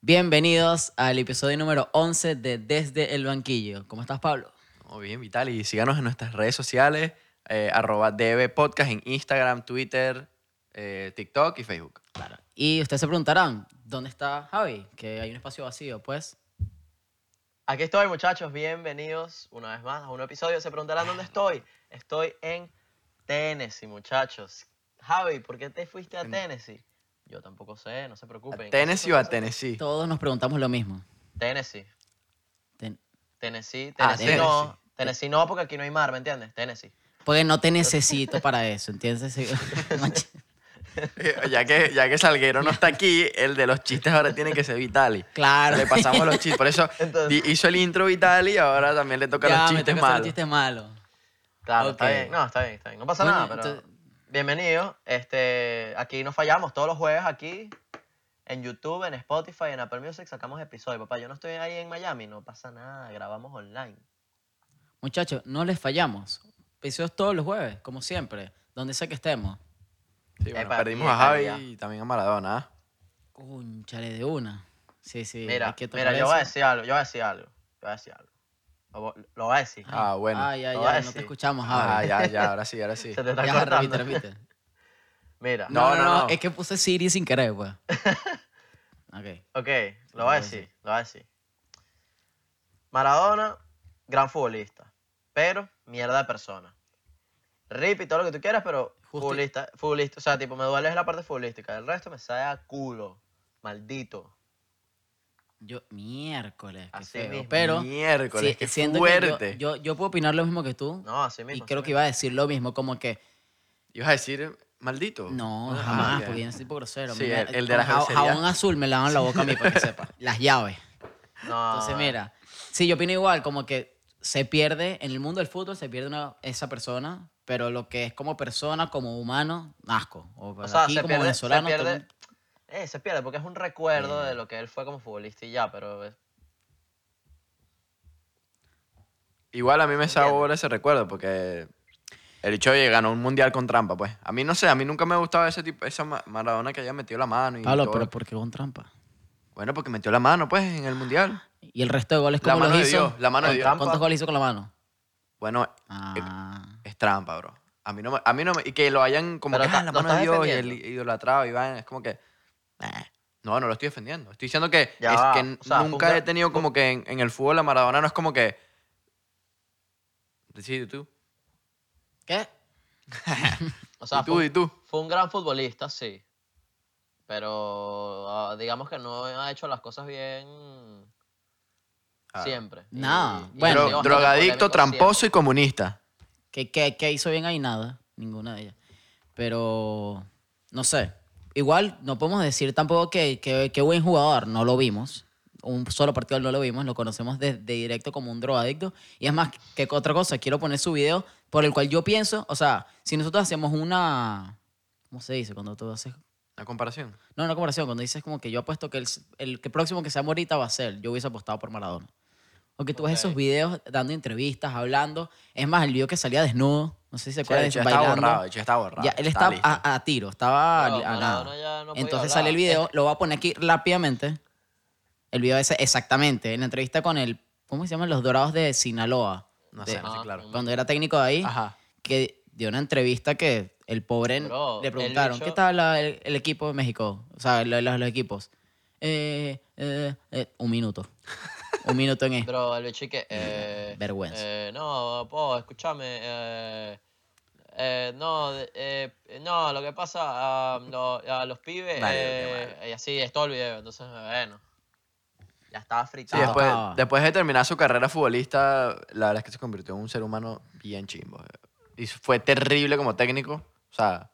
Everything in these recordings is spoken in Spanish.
Bienvenidos al episodio número 11 de Desde el Banquillo. ¿Cómo estás, Pablo? Muy bien, Vital. Y síganos en nuestras redes sociales, eh, arroba DB Podcast en Instagram, Twitter, eh, TikTok y Facebook. Claro. Y ustedes se preguntarán, ¿dónde está Javi? Que hay un espacio vacío, pues. Aquí estoy, muchachos. Bienvenidos una vez más a un episodio. Se preguntarán dónde estoy. Estoy en Tennessee, muchachos. Javi, ¿por qué te fuiste a Tennessee? Yo tampoco sé, no se preocupen. ¿A Tennessee o a Tennessee? Tennessee? Todos nos preguntamos lo mismo. Tennessee. Ten- Tennessee, Ah, Tennessee no. Tennessee. Tennessee no, porque aquí no hay mar, ¿me entiendes? Tennessee. Porque no te necesito para eso, ¿entiendes? Sí. Manche- ya, que, ya que Salguero no está aquí, el de los chistes ahora tiene que ser Vitali. claro. Le pasamos los chistes. Por eso Entonces- di- hizo el intro Vitali y ahora también le toca Ya, los me chistes toca hacer malos. chistes malos. Claro, Ok. está bien. No, está bien, está bien. No pasa Bueno, nada, pero. entonces- Bienvenido. Este, aquí nos fallamos todos los jueves aquí. En YouTube, en Spotify, en Apple Music sacamos episodios. Papá, yo no estoy ahí en Miami, no pasa nada, grabamos online. Muchachos, no les fallamos. Episodios todos los jueves, como siempre, donde sea que estemos. Sí, bueno, Epa, perdimos y a Javi calidad. y también a Maradona. ¿ah? Cúnchale de una. Sí, sí. hay Mira, que mira, tocar yo voy a eso. decir algo, yo voy a decir algo, yo voy a decir algo. Lo, vo- lo voy a decir. Ah, bueno. Ay, ay, Lo voy a ay, no te decir. escuchamos, Javi. Ah, ya, ya, ahora sí, ahora sí. Se te está Ya, cortando. repite, repite. Mira, No, no, no. Es que puse Siri sin querer, pues. Ok. ok, lo voy a decir, lo voy a decir. Maradona, gran futbolista, pero mierda de persona. Rip y todo lo que tú quieras, pero Justi- futbolista, futbolista, o sea, tipo, me duele es la parte futbolística, el resto me sale a culo, maldito. Yo, miércoles, qué Así feo. mismo, Pero Miércoles, sí, qué siento que yo- fuerte. yo, yo, puedo opinar lo mismo que tú. No, así y mismo. creo así que iba a decir lo mismo, como que ¿Ibas a decir maldito? no, Ah, jamás, ya. porque yo no soy tipo grosero. Sí, Mira, el- el de la con ja- grosería. Jabón azul me lavan la boca a mí para que sepa. Las llaves. mismo. No, Ah. Entonces, mira, sí, yo opino igual, como que se pierde, en el mundo del fútbol se pierde una- esa persona, pero lo que es como persona, como humano, asco. O, O sea, aquí se como pierde, venezolano, se todo el Eh. pierde, mundo- eh, se pierde porque es un recuerdo Sí. de lo que él fue como futbolista y ya, pero eh, es- Igual a mí me Entiendo. sabora ese recuerdo porque el Choye ganó un mundial con trampa, pues. A mí no sé, a mí nunca me gustaba ese tipo, esa ma- Maradona que haya metido la mano y Pablo, todo. pero ¿por qué con trampa? Bueno, porque metió la mano, pues, en el mundial. Y el resto de goles, La ¿cómo mano los de hizo? Dios, la mano de ¿Cuántos- Dios. ¿Cuántos goles hizo con la mano? Bueno, Ah, es trampa, bro. A mí no me, a mí no me- y que lo hayan como Pero que, ah, ta- la lo mano de estás Dios y el defendiendo. idolatrado Iván, es como que eh. no, no lo estoy defendiendo. Estoy diciendo que, Ya es va, que o sea, fue un nunca gran- he tenido como que en, en el fútbol la Maradona no es como que Sí, tú. ¿Qué? o sea, y tú, fue, y un- tú. fue un gran futbolista, sí. Pero ah, digamos que no ha hecho las cosas bien Claro. siempre. y- No, y bueno. ha Dro- sido bastante Ah. drogadicto, polémico tramposo siempre. y comunista. ¿Qué, qué, qué hizo bien ahí? Nada, ninguna de ellas. Pero, no sé. Igual no podemos decir tampoco que, que, que buen jugador, no lo vimos. Un solo partido no lo vimos, lo conocemos de, de directo como un drogadicto. Y es más, que otra cosa, quiero poner su video por el cual yo pienso, o sea, si nosotros hacemos una, ¿cómo se dice? Cuando tú haces La comparación. No, una comparación. Cuando dices como que yo apuesto que el, s- el que próximo que sea ahorita va a ser, yo hubiese apostado por Maradona. Porque tú ves esos Ok. videos dando entrevistas, hablando. Es más, el video que salía desnudo, no sé si se Sí, el acuerdan de hecho eso, estaba bailando. borrado, el hecho estaba borrado. Ya, él estaba estaba ah, listo. a, a tiro, estaba ah, Claro, a- a Maradona nada. ya no podía Entonces hablar. sale el video, lo voy a poner aquí rápidamente. El video ese, exactamente, en la entrevista con el, ¿cómo se llaman? Los Dorados de Sinaloa. No de- Ah, sé, no sé, Ah, claro. Cuando era técnico de ahí Ajá. que dio una entrevista que el pobre n- Bro, le el preguntaron, bicho- ¿qué tal la- el, el equipo de México? O sea, lo- los, los equipos. Eh, eh, eh, un minuto. un minuto en esto. Pero el bicho y que, eh, Vergüenza. eh, no, po, escúchame. eh, eh, no, de- eh, no, lo que pasa ah, lo- a los pibes. Vale, eh, qué y así es todo el video. Entonces, bueno. Ya estaba Sí, fritado. después, estaba. después de terminar su carrera futbolista, la verdad es que se convirtió en un ser humano bien chimbo. eh. Y fue terrible como técnico. O sea,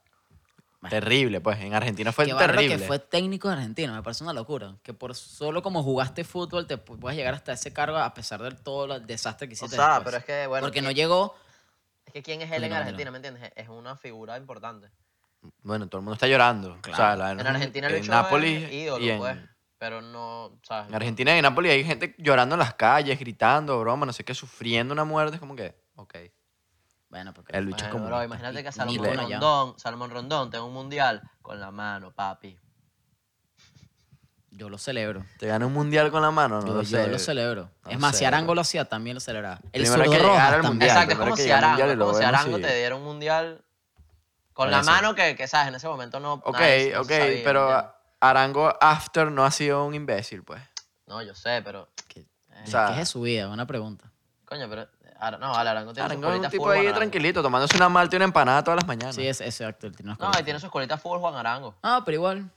Bueno. terrible, pues. En Argentina fue Qué bárbaro terrible. que fue técnico argentino, me parece una locura. Que por solo como jugaste fútbol te pu- puedas llegar hasta ese cargo a pesar de todo el desastre que o hiciste. sea, después. pero es que, bueno. Porque no ¿quién- llegó. Es que quién es él Porque en no, no. Argentina, ¿me entiendes? Es- Es una figura importante. Bueno, todo el mundo está llorando. O sea, la- En Argentina Lucho en Nápoles es ídolo, y en, pues. Pero no, ¿sabes? en Argentina y en Nápoles hay gente llorando en las calles, gritando, broma, no sé qué, sufriendo una muerte. Es como que, ok. Bueno, porque El bicho Bueno, es bro, comunista. imagínate que Ni Salomón lejos. Rondón, Salomón Rondón tenga un mundial con la mano, papi. Yo lo celebro. Te gané un mundial con la mano, no Yo, lo yo sé. lo celebro. No es más, sé, si Arango bro. lo hacía, también lo celebraba. El Primero hay zurdo que llegar rojas al también. mundial. Exacto, es primero como que si llega el Arango, mundial y es lo como si vemos, Arango sí. te diera un mundial con Por la eso. mano que, que, sabes, en ese momento no. Ok, nadie- no ok, sabía, pero ¿entiendes? Arango After no ha sido un imbécil, pues. No, yo sé, pero. ¿Qué- eh, O sea, ¿Qué es su vida? Buena pregunta. coño, pero. Ara- no, vale, Arango tiene Arango es sus un colitas tipo full, Juan ahí Arango. tranquilito, tomándose una malta y una empanada todas las mañanas. Sí, es ese acto. Él tiene unas No, cosas. y tiene sus colitas full Juan Arango. Ah, pero igual.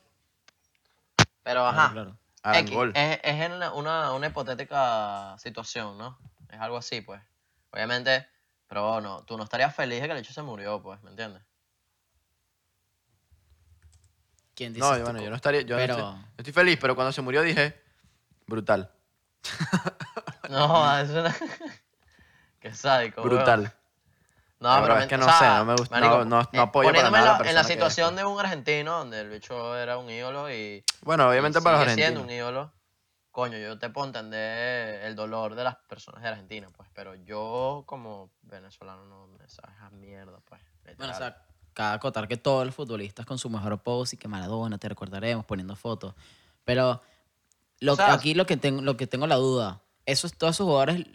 Pero Claro, ajá. claro. X, Arangol. es, es en una, una, una hipotética situación, ¿no? Es algo así, pues. Obviamente, pero bueno, tú no estarías feliz de que el hecho se murió, pues, ¿me entiendes? ¿Quién dice No, esto, bueno, yo no co- estaría. Yo no pero- estoy, yo estoy feliz, pero cuando se murió dije. Brutal. No, es una. Qué sádico. weón. Brutal. No, La pero verdad es que men- no sé, no me gusta- no- no- no eh, apoyo para nada poniéndome a la en la- en la persona que- situación de un argentino, donde el bicho era un ídolo y. Bueno, obviamente para los sigue siendo un argentinos. ídolo. Coño, yo te puedo entender el dolor de las personas de Argentina, pues, pero yo como venezolano no me sabes a mierda, pues. Bueno, o literal. sea, cada acotar que todos los futbolistas con su mejor pose y que Maradona te recordaremos poniendo fotos. Pero lo, O sea, aquí lo que, tengo, lo que tengo la duda, esos, todos esos jugadores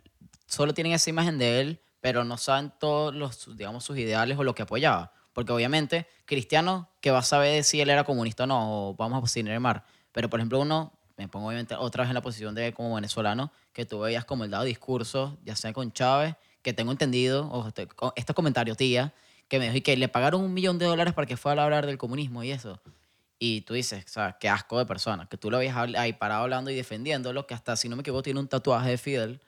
solo tienen esa imagen de él, pero no saben todos los, digamos, sus ideales o lo que apoyaba. Porque obviamente, Cristiano, que va a saber de si él era comunista o no, o vamos a posicionar el mar. Pero por ejemplo, uno, me pongo obviamente otra vez en la posición de como venezolano, que tú veías como el dado discursos, ya sea con Chávez, que tengo entendido, o este, co- estos comentarios, tía, que me dijo y que le pagaron un millón de dólares para que fuera a hablar del comunismo y eso. Y tú dices, o sea, qué asco de persona, que tú lo veías habl- ahí parado hablando y defendiéndolo, que hasta, si no me equivoco, tiene un tatuaje de Fidel.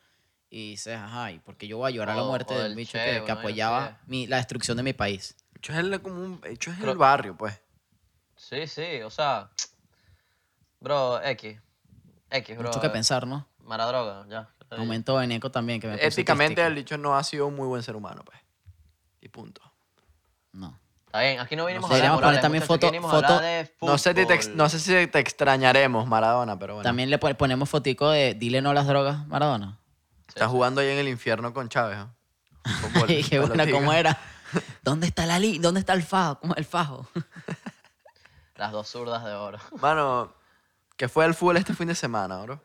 Y dices, ajá, ¿y por qué yo voy a llorar a O- la muerte o del del bicho Che, que, que una vaina así apoyaba es. mi- la destrucción de mi país? Hecho es el, como un, hecho es el Creo- barrio, pues. Sí, sí, o sea. Bro, X. X, bro. Mucho que pensar, ¿no? Maradroga, ya. te digo. Momento Beneco también, que me puse Éticamente, el artístico. dicho no ha sido un muy buen ser humano, pues. Y punto. No. Está bien, aquí no vinimos a hablar de Deberíamos poner morales, también muchachos, aquí foto- vinimos a hablar foto- de No sé, si te, ex- fútbol. no sé si te extrañaremos, Maradona, pero bueno. También le pon- ponemos fotico de dile no a las drogas, Maradona. Está jugando ahí en el infierno con Chávez. ¿no? Fútbol, y qué buena, pelotica. ¿cómo era? ¿Dónde está la li ¿Dónde está el fajo? ¿Cómo es el fajo? Las dos zurdas de oro. Mano, que fue el fútbol este fin de semana, bro.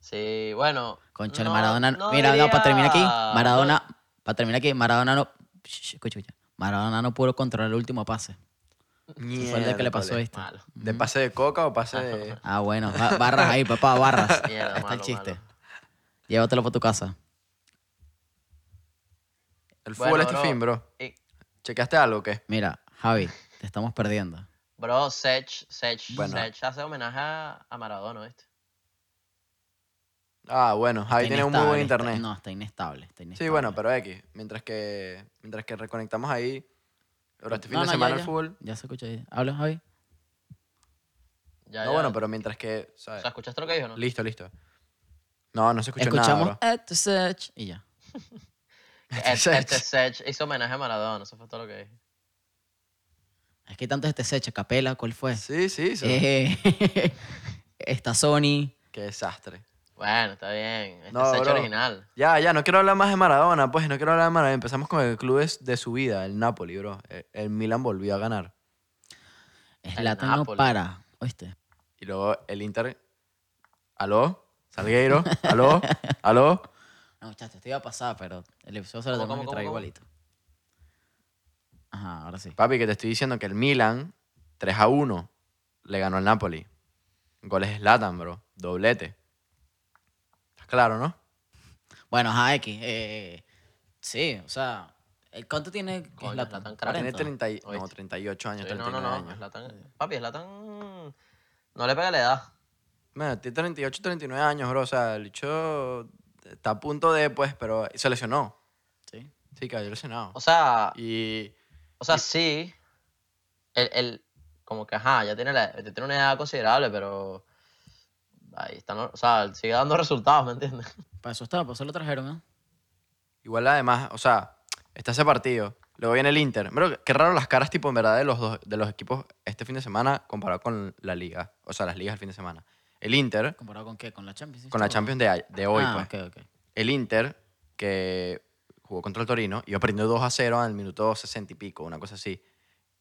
Sí, bueno. Concha, no- Maradona. no mira, no, para terminar aquí, diría- Maradona, para terminar aquí, Maradona no. Shh, escucha, escucha. Maradona no pudo controlar el último pase. Fue el de que le pasó Miércoles. este. Malo. ¿De pase de coca o pase de.? Ah, bueno, ba- barras ahí, papá, barras. Mierda, Ahí está el malo, chiste. malo. Llévatelo para tu casa. El fútbol Bueno, este bro, fin, bro. y- ¿Chequeaste algo o qué? Mira, Javi, te estamos perdiendo. Bro, Sech, Sech, Bueno. Sech hace homenaje a, a Maradona, ¿viste? Ah, bueno, Javi Está tiene un muy buen inestable, está- internet. no, está inestable. Está sí, inestable. bueno, pero X. Mientras que, mientras que reconectamos ahí. Ahora este fin No, de no, ya, semana ya. el fútbol. Ya se escucha ahí. ¿Hablas, Javi? Ya, no, ya. bueno, pero mientras que. O ¿sabes? sea, ¿escuchaste lo que dijo, no? Listo, listo. No, no se escuchó Escuchamos nada. At the Search y ya. Este, Sech. este Sech hizo homenaje a Maradona, eso fue todo lo que dijo. Es que hay tantos este Search, Capela, ¿cuál fue? Bro. Sí, sí, sí. Eh, está Sony. Qué desastre. Bueno, está bien. Este No, Sech bro. original. Ya, ya, no quiero hablar más de Maradona, pues, no quiero hablar de Maradona. Empezamos con el club es- de su vida, el Napoli, bro. El, el Milan volvió a ganar. Zlatan no Napoli. para, ¿oíste? Y luego el Inter. ¿Aló? Salgueiro. ¿Aló? ¿Aló? No, muchachos, te iba a pasar, pero el episodio se lo ¿Cómo, tenemos que cómo, traer cómo, igualito. Ajá, ahora sí. Papi, que te estoy diciendo que el Milan, 3 a 1, le ganó al Napoli. Goles Latan, bro. Doblete. ¿Estás claro, no? Bueno, ajá, X. eh, sí, o sea, ¿el ¿cuánto tiene Coño, Zlatan? Zlatan, crack. Tiene 40. 30 y- no, Oíste. 38 años, Sí, no, 39 no, no. años. Zlatan- papi, Zlatan no le pega la edad. Bueno, tiene 38, 39 años, bro. O sea, el bicho está a punto de, pues, pero se lesionó. Sí. Sí, cayó lesionado. O sea, Y o sea, sí. Él, él como que, ajá, ya tiene, la, ya tiene una edad considerable, pero... Ahí está, ¿no? o sea, él sigue dando resultados, ¿me entiendes? Para eso estaba, para eso lo trajeron, ¿no? igual además, o sea, está ese partido. Luego viene el Inter. Pero qué raro las caras, tipo, en verdad, de los, dos, de los equipos este fin de semana comparado con la liga. O sea, las ligas el fin de semana. El Inter, ¿Comparado con qué? ¿Con la Champions? con la Champions de, a- de hoy, ah, pues. ok, ok. El Inter, que jugó contra el Torino, iba perdiendo 2 a 0 al minuto 60 y pico, una cosa así.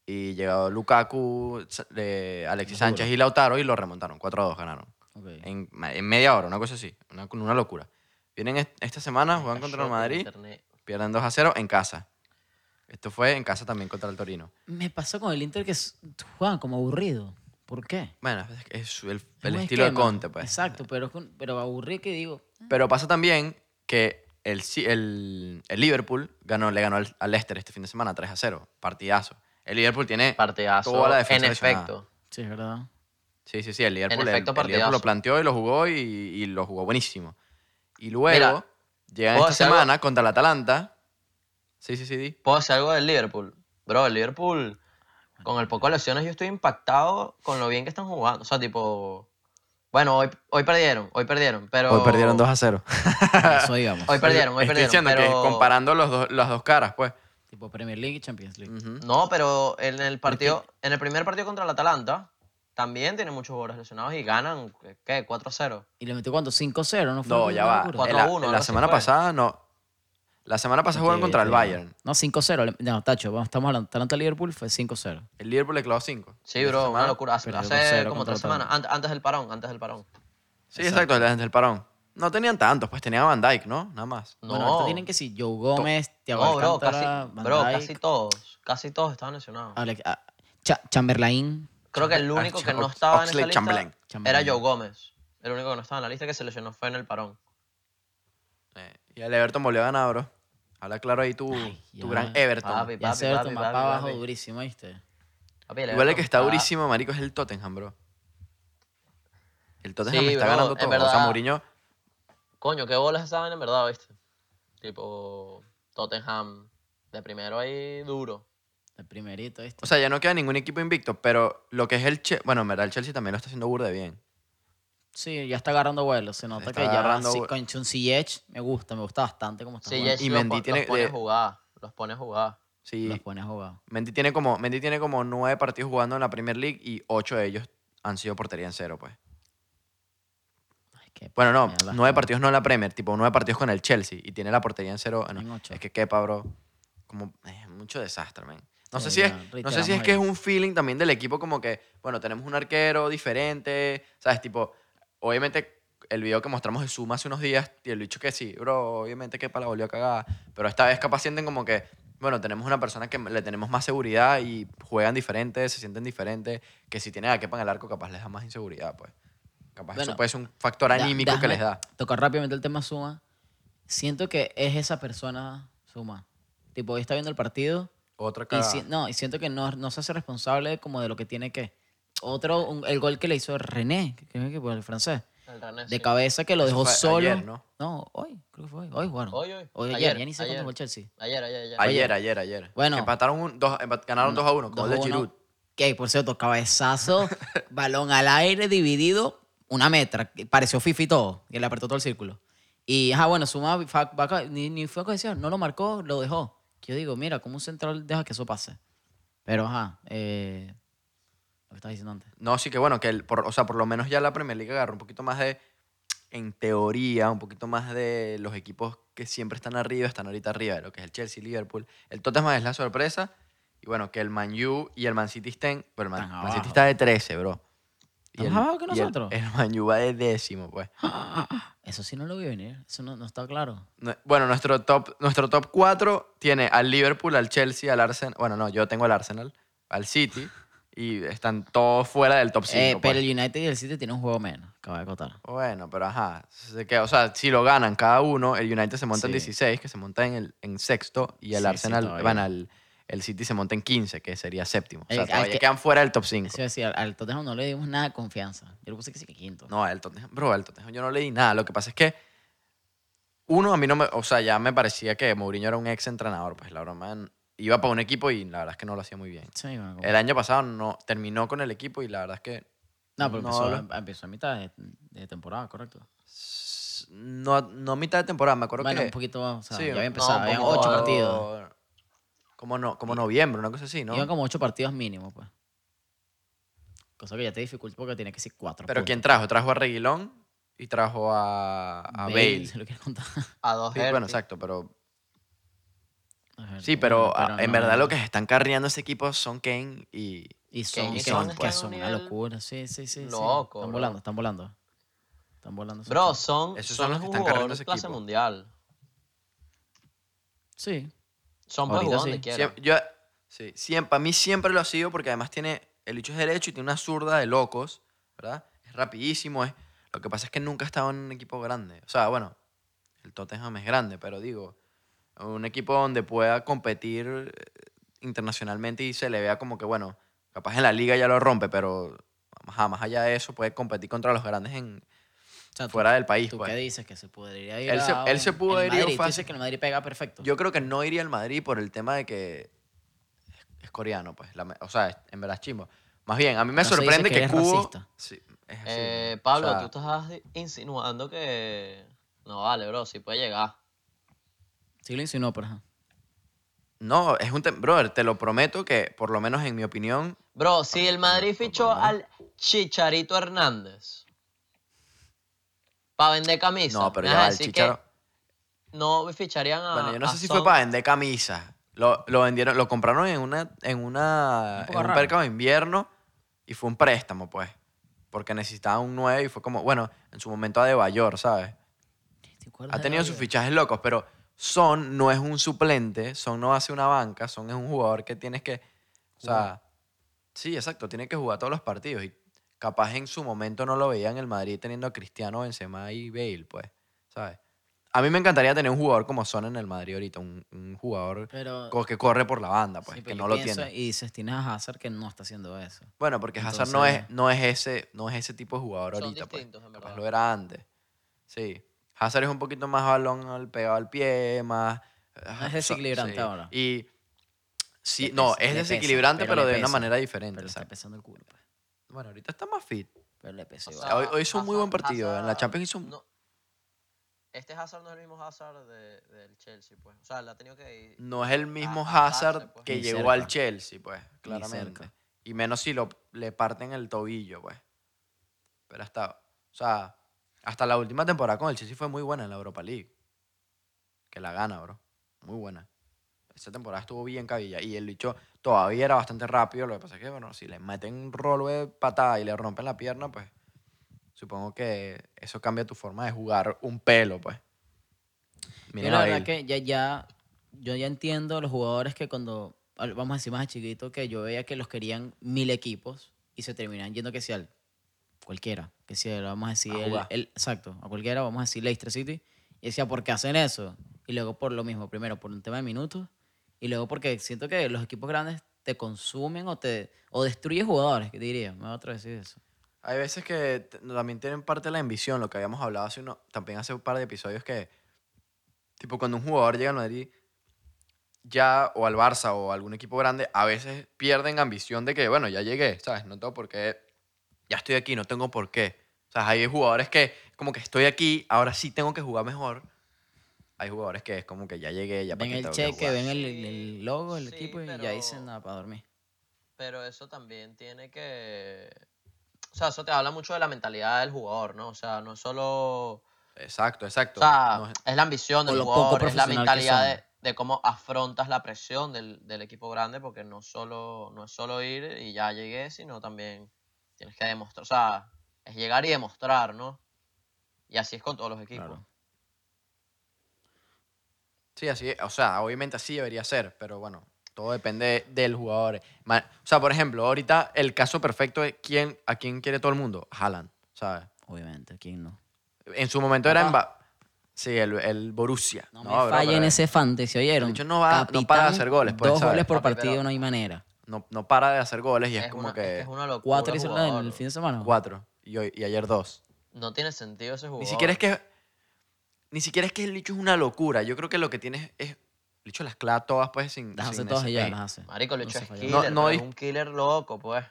y llegó Lukaku, Sa- eh, Alexis Sánchez y Lautaro y lo remontaron. 4 a 2 ganaron. Ok. En, ma- en media hora, una cosa así. Una, una locura. Vienen est- esta semana, juegan contra el Cachó con Madrid, internet. pierden 2 a 0 en casa. Esto fue en casa también contra el Torino. Me pasó con el Inter que s- juegan como aburrido. ¿Por qué? Bueno, es- es su- el, Es el un estilo de esquema. Conte, pues. Exacto, pero, es un- pero aburrido que digo. Pero pasa también que el, Si- el, el Liverpool ganó, le ganó al, al Leicester este fin de semana 3 a 0. Partidazo. El Liverpool tiene. Partidazo. Toda la defensa en lesionada. efecto. Sí, es verdad. Sí, sí, sí. El Liverpool, el- efecto, el Liverpool partidazo. lo planteó y lo jugó y, y lo jugó buenísimo. Y luego Mira, llegan ¿puedo esta hacer algo? semana contra el Atalanta. Sí, sí, sí. di. ¿Puedo decir algo del Liverpool? Bro, el Liverpool, con el poco de lesiones, yo estoy impactado con lo bien que están jugando. O sea, tipo. Bueno, hoy, hoy perdieron, hoy perdieron, pero. Hoy perdieron 2 a 0. Eso digamos. Hoy perdieron, hoy Estoy perdieron. diciendo pero... que comparando los dos- las dos caras, pues. Tipo Premier League y Champions League. Ujú. No, pero en el partido, en el primer partido contra el Atalanta, también tiene muchos jugadores lesionados y ganan, ¿qué? 4-0. ¿Y le metió cuánto? 5-0, ¿no fue? No, una ya va. locura? En la, 4-1, en la algo así semana fue. pasada no. La semana pasada jugaron Sí, contra sí, el ya. Bayern. No, 5-0. le- No, Tacho, vamos, estamos hablando. Atalanta-Liverpool fue 5-0. El Liverpool le clavó 5. Sí, bro, una locura. Hace, perdió hace 2-0 como contra tres Atalanta. semanas, an- antes del parón, antes del parón. Sí, exacto, desde el parón. No tenían tantos, pues tenían a Van Dyke, ¿no? Nada más. No, Bueno, ahorita tienen que si Joe Gómez, Thiago no bro, casi, Alcántara, Van bro, Dijk, casi todos, casi todos estaban lesionados. Alex- ah, Cha- Chamberlain. Creo que el Chamber- único Ox- que no Ox- estaba en Oxlade esa Chamberlain. lista era Chamberlain. Joe Gómez. El único que no estaba en la lista que se lesionó fue en el parón. Eh, y el Everton volvió a ganar, bro. Habla claro ahí tu, Ay, tu ya. gran Everton. Papi, Ya se papi, Everton va papi, para abajo papi. durísimo, ¿viste? Papi, el Igual el Everton que está pa- durísimo, marico, es el Tottenham, bro. El Tottenham Sí, está bro, ganando es todo. O sea, verdad. Mourinho, Coño, qué bolas estaban en verdad, ¿viste? Tipo Tottenham de primero ahí duro. El primerito, ¿viste? o sea, ya no queda ningún equipo invicto, pero lo que es el Chelsea, bueno, en verdad el Chelsea también lo está haciendo burda de bien. Sí, ya está agarrando vuelo. Se nota Está que ya agarrando sí, vuelo. con Chun Ziyech me gusta, me gusta bastante cómo está Sí, jugando. Jesse Y los, Mendy pon- tiene los pone de- a jugar. Los pone a jugar. Sí, Los pone a jugar. Mendy tiene como Mendy tiene como nueve partidos jugando en la Premier League y ocho de ellos han sido portería en cero, pues. Ay, qué Bueno, no, mierda. nueve partidos no en la Premier, tipo nueve partidos con el Chelsea y tiene la portería en cero. ah, no. En ocho. Es que quepa, bro. Como eh, mucho desastre, man. No Sí, sé si es, ya, no sé si reiteramos es que es ahí. un feeling también del equipo como que, bueno, tenemos un arquero diferente, ¿sabes? Tipo, obviamente el video que mostramos de Suma hace unos días y el bicho que sí, bro, obviamente Kepa la volvió a cagar, pero esta vez capaz sienten como que, bueno, tenemos una persona que le tenemos más seguridad y juegan diferente, se sienten diferente, que si tienen a Kepa en el arco capaz les da más inseguridad, pues. Capaz Bueno, eso puede ser un factor Da- anímico que déjame les da. Tocar rápidamente el tema Suma. Siento que es esa persona Suma. Tipo, hoy está viendo el partido Otra y, cagada. si- no, y siento que no, no se hace responsable como de lo que tiene que. Otro, un- el gol que le hizo René, que creo que fue el francés, El René, de Ah, sí. cabeza que lo Eso dejó fue solo. ayer, ¿no? hoy, creo que fue hoy. Hoy jugaron. Hoy, hoy. Hoy, ayer, Ayer, ya ni sé cuándo ayer. jugó el Chelsea. Ayer, ayer, ayer. Ayer, ayer, ayer. Bueno. Que empataron un, dos, empat- ganaron 2 a 1, gol de Dos a uno. Giroud. Que por cierto, cabezazo, balón al aire dividido, una metra. que Pareció Fifi todo, que le apretó todo el círculo. Y, ajá, bueno, suma, fa- va ca- ni, ni fue cohesión, no lo marcó, lo dejó. Que yo digo, mira, como un central deja que eso pase. Pero, ajá, eh, lo que estás diciendo antes. No, sí que bueno, que el, por, o sea, por lo menos ya la Premier League agarra un poquito más de, en teoría, un poquito más de los equipos que siempre están arriba, están ahorita arriba, de lo que es el Chelsea, Liverpool. El Tottenham es la sorpresa. Y bueno, que el Man U y el Man City estén, pero el Man, Están Man City abajo. está de 13, bro. ¿Están más abajo que y el- nosotros? El, Man U va de décimo, pues. Eso sí no lo vi venir, eso no, no está claro. No- Bueno, nuestro top, nuestro top 4 tiene al Liverpool, al Chelsea, al Arsenal. Bueno, no, yo tengo al Arsenal, al City. Y están todos fuera del top 5. Eh, pero el United y el City tienen un juego menos, acaba de acotar. Bueno, pero ajá. se queda- o sea, si lo ganan cada uno, el United se monta en Sí. 16, que se monta en, el, en sexto, y el Sí, sí, Arsenal, todavía. Eh, bueno, el, el City se monta en 15, que sería séptimo. O El- sea, al todavía que- quedan fuera del top 5. Eso es decir, al, al Tottenham no le dimos nada de confianza. Yo le puse que sí que quinto. No, el Tottenham, bro, el Tottenham yo no leí nada. Lo que pasa es que, uno, a mí no me, o sea, ya me parecía que Mourinho era un ex entrenador, pues la broma n- iba para un equipo y la verdad es que no lo hacía muy bien. Sí, bueno, como- El año pasado no terminó con el equipo y la verdad es que No, pero No, empezó, lo- a- em, empezó a mitad de, de temporada, correcto. s- no, no a mitad de temporada, me acuerdo bueno, que un poquito más, o sea, Sí, ya no, había empezado, habían como- ocho partidos. Como, no, como noviembre, una cosa así, ¿no? Iban como ocho partidos mínimo, pues. Cosa que ya te dificulta porque tienes que ser cuatro. Pero puntos. ¿quién trajo? Trajo a Reguilón y trajo a, a Bale. Se lo quiero contar. A dos Sí, Herty. bueno, exacto, pero Sí, pero, ah, en verdad lo que se están carriando ese equipo son Kane y... Y son, y son, son, que pues. son una Nivel locura. Sí, sí, sí. sí. loco, Están bro. volando, están volando. Están volando. esos Bro, tipos. son, Esos son son, los que están jugadores cargando ese clase equipo. mundial. Sí. Son para Ahorita jugar donde sí. quieran. Siem- yo, sí, siempre, para mí siempre lo ha sido porque además tiene... El bicho es derecho y tiene una zurda de locos, ¿verdad? Es rapidísimo, es... Lo que pasa es que nunca ha estado en un equipo grande. O sea, bueno, el Tottenham es grande, pero digo, un equipo donde pueda competir eh, internacionalmente y se le vea como que, bueno, capaz en la liga ya lo rompe, pero ajá, más allá de eso puede competir contra los grandes en, O sea, tú- fuera del país. ¿Tú pues. qué dices? Que se podría ir Él se- a él se un- pudo el haber ido Madrid. Tú fácil. dices que el Madrid pega perfecto. Yo creo que no iría al Madrid por el tema de que es, es coreano, pues. la me- o sea, es- en verdad es chimbo. Más bien, a mí No me se dice sorprende que que, eres Cubo. racista. Sí, es así, Eh, ¿no? Pablo, O sea, tú estás di- insinuando que. No vale, bro, si puede llegar. Sí, lo insinuó, pero ajá. No, es un tema. Brother, te lo prometo que, por lo menos en mi opinión, Bro, si el Madrid fichó no. al Chicharito Hernández para vender camisas, no, pero me ya vas a va, el decir Chicharo. que no ficharían Ah, a. Bueno, yo no a sé si Son- fue para vender camisas. Lo, lo vendieron, lo compraron en una, en una, Un poco en un raro. mercado de invierno y fue un préstamo, pues. Porque necesitaba un 9 y fue como, bueno, en su momento a De Bayor, ¿sabes? ¿Te acuerdas Ha de tenido la sus vida? fichajes locos, pero Son no es un suplente, Son no hace una banca, Son es un jugador que tienes que. O sea, sí, exacto, tiene que jugar todos los partidos. Y capaz en su momento no lo veía en el Madrid teniendo a Cristiano, Benzema y Bale, pues, ¿sabes? A mí me encantaría tener un jugador como Son en el Madrid ahorita, un, un jugador Pero, co- que corre por la banda, pues, sí, pero que yo no lo pienso tiene. Y dices, tienes a Hazard que no está haciendo eso. Bueno, porque Hazard no es, Entonces- no, es ese, no es ese tipo de jugador Son ahorita, pues. distintos, en Capaz verdad. lo era antes. Sí. Hazard es un poquito más balón al pegado al pie, más... ajá, Es so- desequilibrante sí. ahora. Y... Sí, Le no, pesa, es le pesa, desequilibrante, pero pero, le de una pesa. manera diferente. Pero le está exacto. pesando el culo. pues. Bueno, ahorita está más fit. Pero le pesa O igual. sea, hoy- hoy hizo un muy buen Hazard- partido, en la Hazard Champions hizo un- no- este Hazard no es el mismo Hazard de- del Chelsea, pues. O sea, le ha tenido que ir. No es el mismo Ah, Hazard Hazard, pues. que Ni llegó cerca. al Chelsea, pues, claramente. cerca. Y menos si lo, le parten el tobillo, pues. Pero hasta... O sea, hasta la última temporada con el Chelsea fue muy buena en la Europa League. Que la gana, bro. Muy buena. Esa temporada estuvo bien cabilla. Y el bicho todavía era bastante rápido. Lo que pasa es que, bueno, si le meten un rolo de patada y le rompen la pierna, pues supongo que eso cambia tu forma de jugar un pelo, pues. Yo Miren la a verdad Bale. que ya, ya, yo ya entiendo a los jugadores que cuando, al- vamos a decir más de chiquito, que yo veía que los querían mil equipos y se terminan yendo que sea al cualquiera, que sea, vamos a decir, A el- jugar. el- exacto, a cualquiera, vamos a decir Leicester City, y decía, ¿por qué hacen eso? Y luego por lo mismo, primero por un tema de minutos, y luego porque siento que los equipos grandes te consumen o te o destruyen jugadores, que diría, me voy a atrever a decir eso. Hay veces que t- también tienen parte de la ambición, lo que habíamos hablado hace uno, también hace un par de episodios que, tipo, cuando un jugador llega al Madrid, ya, o al Barça o a algún equipo grande, a veces pierden ambición de que, bueno, ya llegué, ¿sabes? No tengo por qué, ya estoy aquí, no tengo por qué. O sea, hay jugadores que, como que estoy aquí, ahora sí tengo que jugar mejor. Hay jugadores que es como que ya llegué, ya para ven qué el tengo que cheque, jugar. ven el, Sí, el logo, el sí, equipo, y ya pero- dicen, nada, para dormir. Pero eso también tiene que. O sea, eso te habla mucho de la mentalidad del jugador, ¿no? O sea, no solo. Exacto, exacto. O sea, No es- es la ambición O del lo poco jugador, es la profesional que mentalidad son. de, de cómo afrontas la presión del, del equipo grande, porque no, solo, no es solo ir y ya llegué, sino también tienes que demostrar, o sea, es llegar y demostrar, ¿no? Y así es con todos los equipos. Claro. Sí, así, o sea, obviamente así debería ser, pero bueno, todo depende del jugador. Ma- O sea, por ejemplo, ahorita el caso perfecto es quién, a quién quiere todo el mundo, Haaland, ¿sabes? Obviamente, ¿quién no? En su momento era Papá. Mba- Sí, el, el Borussia. No, me bro, fallen pero ese fantasy, ¿oyeron? El bicho no va- no para de hacer goles, pues, dos ¿sabes? goles por Papi, partido, pero- no hay manera. No, no para de hacer goles y es, Es como una- que, es que es una locura. Cuatro hicieron en jugador. el fin de semana. ¿no? cuatro y, hoy, y ayer dos. No tiene sentido ese jugador. Ni siquiera es que ni siquiera es que el bicho es una locura. Yo creo que lo que tienes es el bicho las clava todas pues sin, Las hace sin todas ese y ya pain. las hace. Marico, No Lucho se es falla. killer, No- no pero es dis- un killer loco, pues.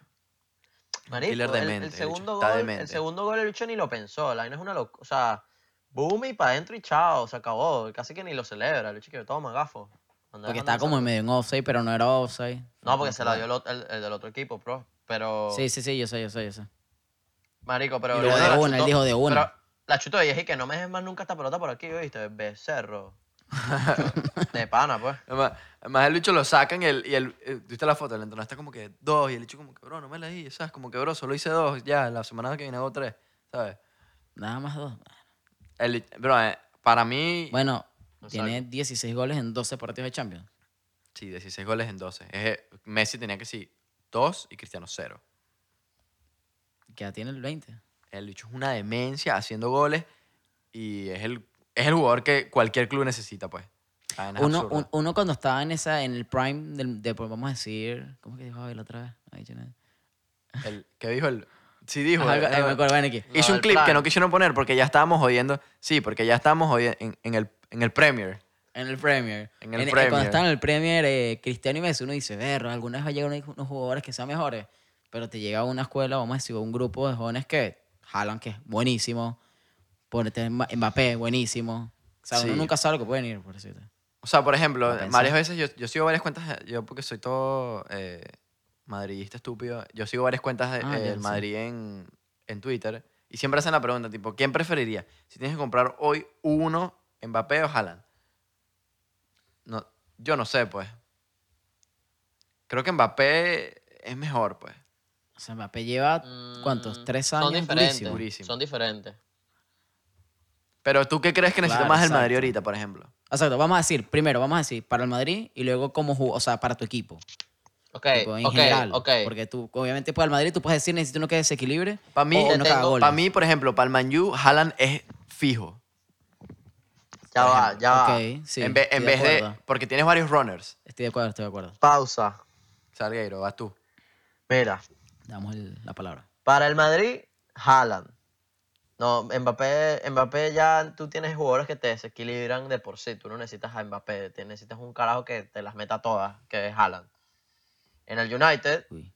Marico, killer el- el, demente, el bicho segundo está gol, demente. el segundo gol el bicho ni lo pensó, la vaina es una locura, o sea, boom y para adentro y chao, se acabó, casi que ni lo celebra, el bicho que toma, gafo. Anda, Porque anda, estaba como en anda. medio en offside, pero no era offside. No, porque se la dio el, ot- el- el del otro equipo, pro, pero... Sí, sí, sí, yo sé, yo sé, yo sé. Marico, pero... Y la luego verdad de la una, él chutó- dijo de una. Pero la chutó y dije que no me dejes más nunca esta pelota por aquí, ¿viste? Becerro. De pana, pues. Además, además el bicho lo sacan y el, y el eh, ¿viste la foto? El entrenador está como que dos y el bicho como que, bro, no me la di, ¿sabes? Como que, bro, solo hice dos, ya, la semana que viene hago tres, ¿sabes? Nada más dos. El, bro, eh, para mí, Bueno, Exacto. tiene 16 goles en 12 partidos de Champions. sí, 16 goles en 12. Es, eh, Messi tenía que sí, dos y Cristiano cero. Que ya tiene el 20. El bicho es una demencia haciendo goles y es el, es el jugador que cualquier club necesita, pues. Vaina Uno, absurda. un- uno cuando estaba en esa en el prime del, de, pues, vamos a decir, ¿cómo que dijo Javi la otra vez? No ha dicho nada. El, ¿Qué dijo el...? Sí dijo. Ajá, eh, algo- eh, me acuerdo, ven aquí. No, Hizo un el clip que plan. no quisieron poner porque ya estábamos jodiendo. Sí, porque ya estábamos jodiendo en, en el, en el Premier. En el Premier. En el eh, Premier. Cuando están en el Premier, eh, Cristiano y Messi, uno dice, verro, alguna vez va a llegar uno- unos jugadores que sean mejores. Pero te llega a una escuela, vamos a decir, un grupo de jóvenes que jalan, que es buenísimo. Ponete Mba- Mbappé, buenísimo. O sea, uno Sí. nunca sabe lo que puede venir, por decirte. O sea, por ejemplo, Lo pensé. varias veces yo, yo sigo varias cuentas, eh, yo porque soy todo eh, madridista estúpido, yo sigo varias cuentas de Ah, ya, eh, del sí. Madrid en, en Twitter y siempre hacen la pregunta, tipo, ¿quién preferiría? Si tienes que comprar hoy uno, Mbappé o Haaland. No, yo no sé, pues. Creo que Mbappé es mejor, pues. O sea, Mbappé lleva, ¿cuántos? Mm, Tres Son años. diferentes. durísimo. durísimo. Son diferentes. Pero tú qué crees que necesita Claro, más el Madrid exacto. ahorita, por ejemplo? Exacto, vamos a decir, primero vamos a decir para el Madrid y luego como o sea, para tu equipo. Ok, tipo, en ok, general. ok. Porque tú, obviamente, para el Madrid tú puedes decir, necesito uno que desequilibre. Para mí, o uno te que haga tengo- goles. para mí, por ejemplo, para el Man U, Haaland es fijo. Ya va, ya va. Ok, sí. en vez, estoy en de vez de, acuerdo. Porque tienes varios runners. Estoy de acuerdo, estoy de acuerdo. Pausa. Salgueiro, vas tú. Mira, Damos el- la palabra. para el Madrid, Haaland. No, Mbappé, Mbappé ya tú tienes jugadores que te desequilibran de por sí. Tú no necesitas a Mbappé, te necesitas un carajo que te las meta todas, que es Haaland. En el United, Uy.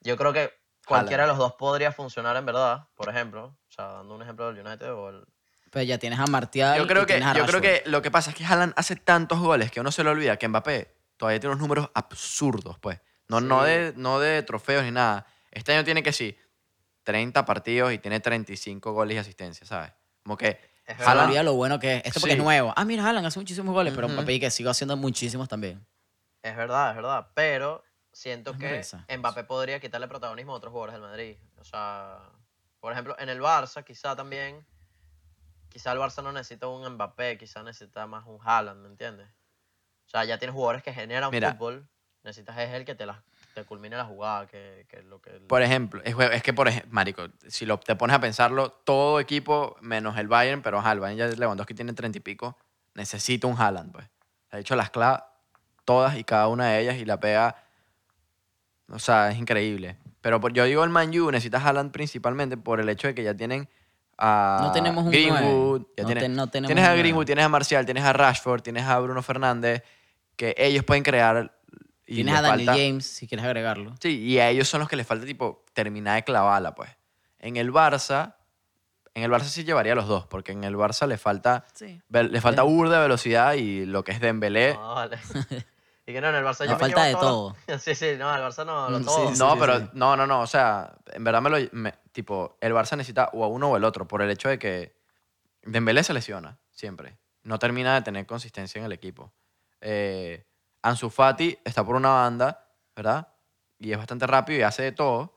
yo creo que cualquiera de los dos podría funcionar en verdad, por ejemplo. O sea, dando un ejemplo del United o el... Pero Pues ya tienes a Martial. Yo y creo, que, tienes a yo creo Rashford. que lo que pasa es que Haaland hace tantos goles que uno se le olvida que Mbappé todavía tiene unos números absurdos, pues. No, no, Sí. de, no de trofeos ni nada. Este año tiene que sí 30 partidos y tiene 35 goles y asistencias, ¿sabes? Como que Es Se le Haaland- olvida lo bueno que es. Esto porque Sí. es nuevo. Ah, mira, Alan hace muchísimos goles, pero Ujú. Mbappé que sigue haciendo muchísimos también. Es verdad, es verdad. Pero siento Es que risa. Mbappé podría quitarle protagonismo a otros jugadores del Madrid. O sea, por ejemplo, en el Barça quizá también, quizá el Barça no necesita un Mbappé, quizá necesita más un Haaland, ¿me entiendes? O sea, ya tienes jugadores que generan Mira. fútbol, necesitas es el que te, las te culmine la jugada, que, que lo que... Por ejemplo, es, jue- es que, por ejemplo, Marico, si lo, te pones a pensarlo, todo equipo, menos el Bayern, pero ajá, el Bayern ya Lewandowski tiene 30 y pico, necesita un Haaland, pues. Ha hecho las claves todas y cada una de ellas y la pega. O sea, es increíble. Pero por- yo digo el Man U necesita Haaland principalmente por el hecho de que ya tienen a No tenemos un Greenwood. nueve. ya No tienen- te- no tenemos tienes un a nueve. Greenwood, tienes a Marcial, tienes a Rashford, tienes a Bruno Fernández, que ellos pueden crear. y Tienes les a Daniel falta- James, si quieres agregarlo. Sí, y a ellos son los que les falta, tipo, terminar de clavarla, pues. En el Barça, en el Barça sí llevaría a los dos, porque en el Barça le falta, Sí. ve- le falta burda de velocidad y lo que es Dembélé. No, vale. y que no, en el Barça Le yo me e falta llevo de todo. lo- sí, sí, no, el Barça no, lo Mm, sí, todo. sí, No, sí, pero sí. no, no, no, o sea, en verdad me lo, me- tipo, el Barça necesita o a uno o el otro, por el hecho de que Dembélé se lesiona siempre, no termina de tener consistencia en el equipo. Eh, Ansu Fati está por una banda, ¿verdad? Y es bastante rápido y hace de todo,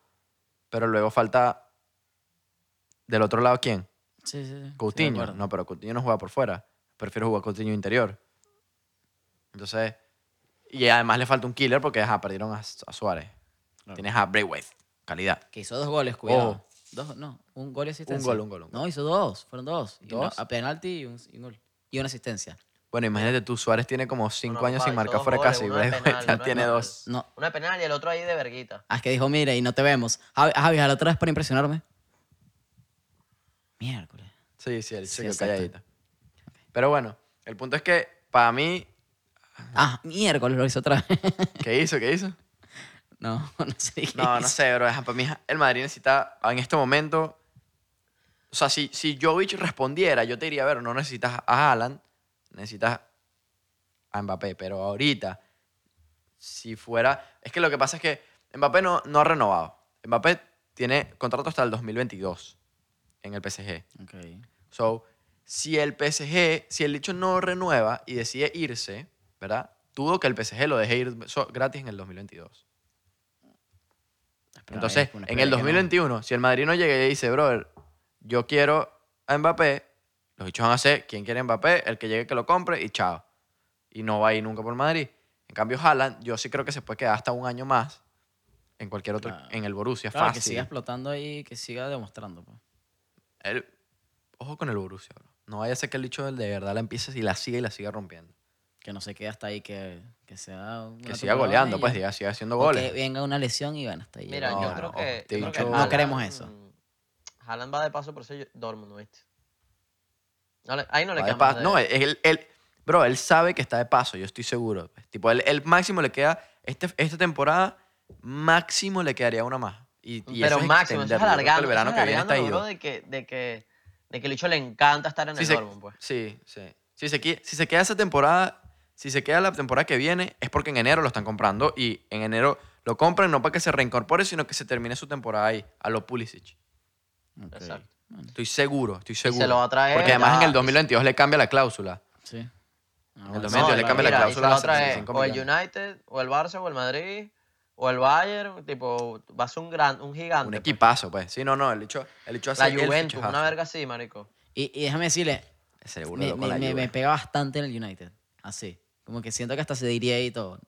pero luego falta del otro lado quién? Sí, sí, sí, estoy de Coutinho. acuerdo. no, pero Coutinho no juega por fuera. Prefiero jugar Coutinho interior. Entonces. Y además le falta un killer porque ajá, perdieron a, a Suárez. Claro. Tienes a Braithwaite. Calidad. Que hizo dos goles, cuidado. Ojo. Dos, no, un gol y asistencia. gol, un gol, un No, hizo dos, fueron dos. Y una- ¿Dos? a penalti y un, y un gol. Y una asistencia. Bueno, imagínate tú, Suárez tiene como cinco No, no, años sin papá, marcar hizo fuera dos casi. Y goles, uno de Braithwaite penal, ya uno de tiene penal. dos. No, Una de penal y el otro ahí de verguita. Ah, es que dijo, mira, y no te vemos. Javi, ah, Javi, jala otra vez para impresionarme. Miércoles. Sí, sí, él se Sí, quedó exacto. calladito. Pero bueno, el punto es que para mí. Ah, miércoles lo hizo otra vez. ¿Qué hizo? ¿Qué hizo? no, no sé. qué No, no hizo. sé, bro. Para mí, el Madrid necesita en este momento. O sea, si, si Jovic respondiera, yo te diría, a ver, no necesitas a Haaland, necesitas a Mbappé. Pero ahorita, si fuera. Es que lo que pasa es que Mbappé no, no ha renovado. Mbappé tiene contrato hasta el 2022 en el PSG. Ok. So, si el PSG, si el dicho no renueva y decide irse, ¿verdad? Dudo que el PSG lo deje ir so- gratis en el 2022. Espera, Entonces, espera, en espera, el que no. 2021, si el Madrid no llega y dice, brother, yo quiero a Mbappé, los dichos van a ser, ¿quién quiere a Mbappé? El que llegue que lo compre y chao. Y no va a ir nunca por Madrid. En cambio, Haaland, yo sí creo que se puede quedar hasta un año más en cualquier otro, Claro. en el Borussia, Claro, que fácil. siga explotando ahí, que siga demostrando. pues. Él- ojo con el Borussia, bro. No vaya a ser que el dicho de verdad la empiece y la siga y la siga rompiendo. Que no se quede hasta ahí, que, que sea. una Que siga temporada goleando, y pues, ya. diga, siga haciendo O goles. Que venga una lesión y bueno, hasta ahí. Mira, No, yo no, creo no, que. te he creo que dicho- No Haaland- mm, queremos eso. Haaland va de paso por ser Dortmund, ¿no ¿viste? No le- ahí no le Va de queda pa- más de- No, él, él- bro, él sabe que está de paso, yo estoy seguro. pues. Tipo, él, él máximo le queda, este, esta temporada, máximo le quedaría una más. Y, y pero eso es máximo, eso extenderlo. es Yo creo que alargando. El verano eso es que viene está alargándolo, ido. bro, de que, de que, de que el hecho le encanta estar en Si el se- Dortmund, pues. Sí, sí. Si se, qui- si se queda esa temporada, si se queda la temporada que viene, es porque en enero lo están comprando y en enero lo compran no para que se reincorpore, sino que se termine su temporada ahí, a lo Pulisic. Ok. Exacto. Bueno, Estoy seguro, estoy Y seguro. se lo va a traer. Porque además ya, en el y- 2022 le cambia la cláusula. sí. Ah, el bueno, dos sí, mil claro. le cambia la mira, y cláusula se lo a trae 75 o el millones. United, o el Barça, o el Madrid, o el Bayern. Tipo, va a ser un, gran, un gigante. Un pues. equipazo, pues. Sí, no, no, el hecho, el hecho hace La el Juventus, una fichajazo. verga así, marico. Y, y déjame decirle, Seguro me, loco, la me- me- Juve. me pega bastante en el United. Así. Como que siento que hasta se diría ahí todo.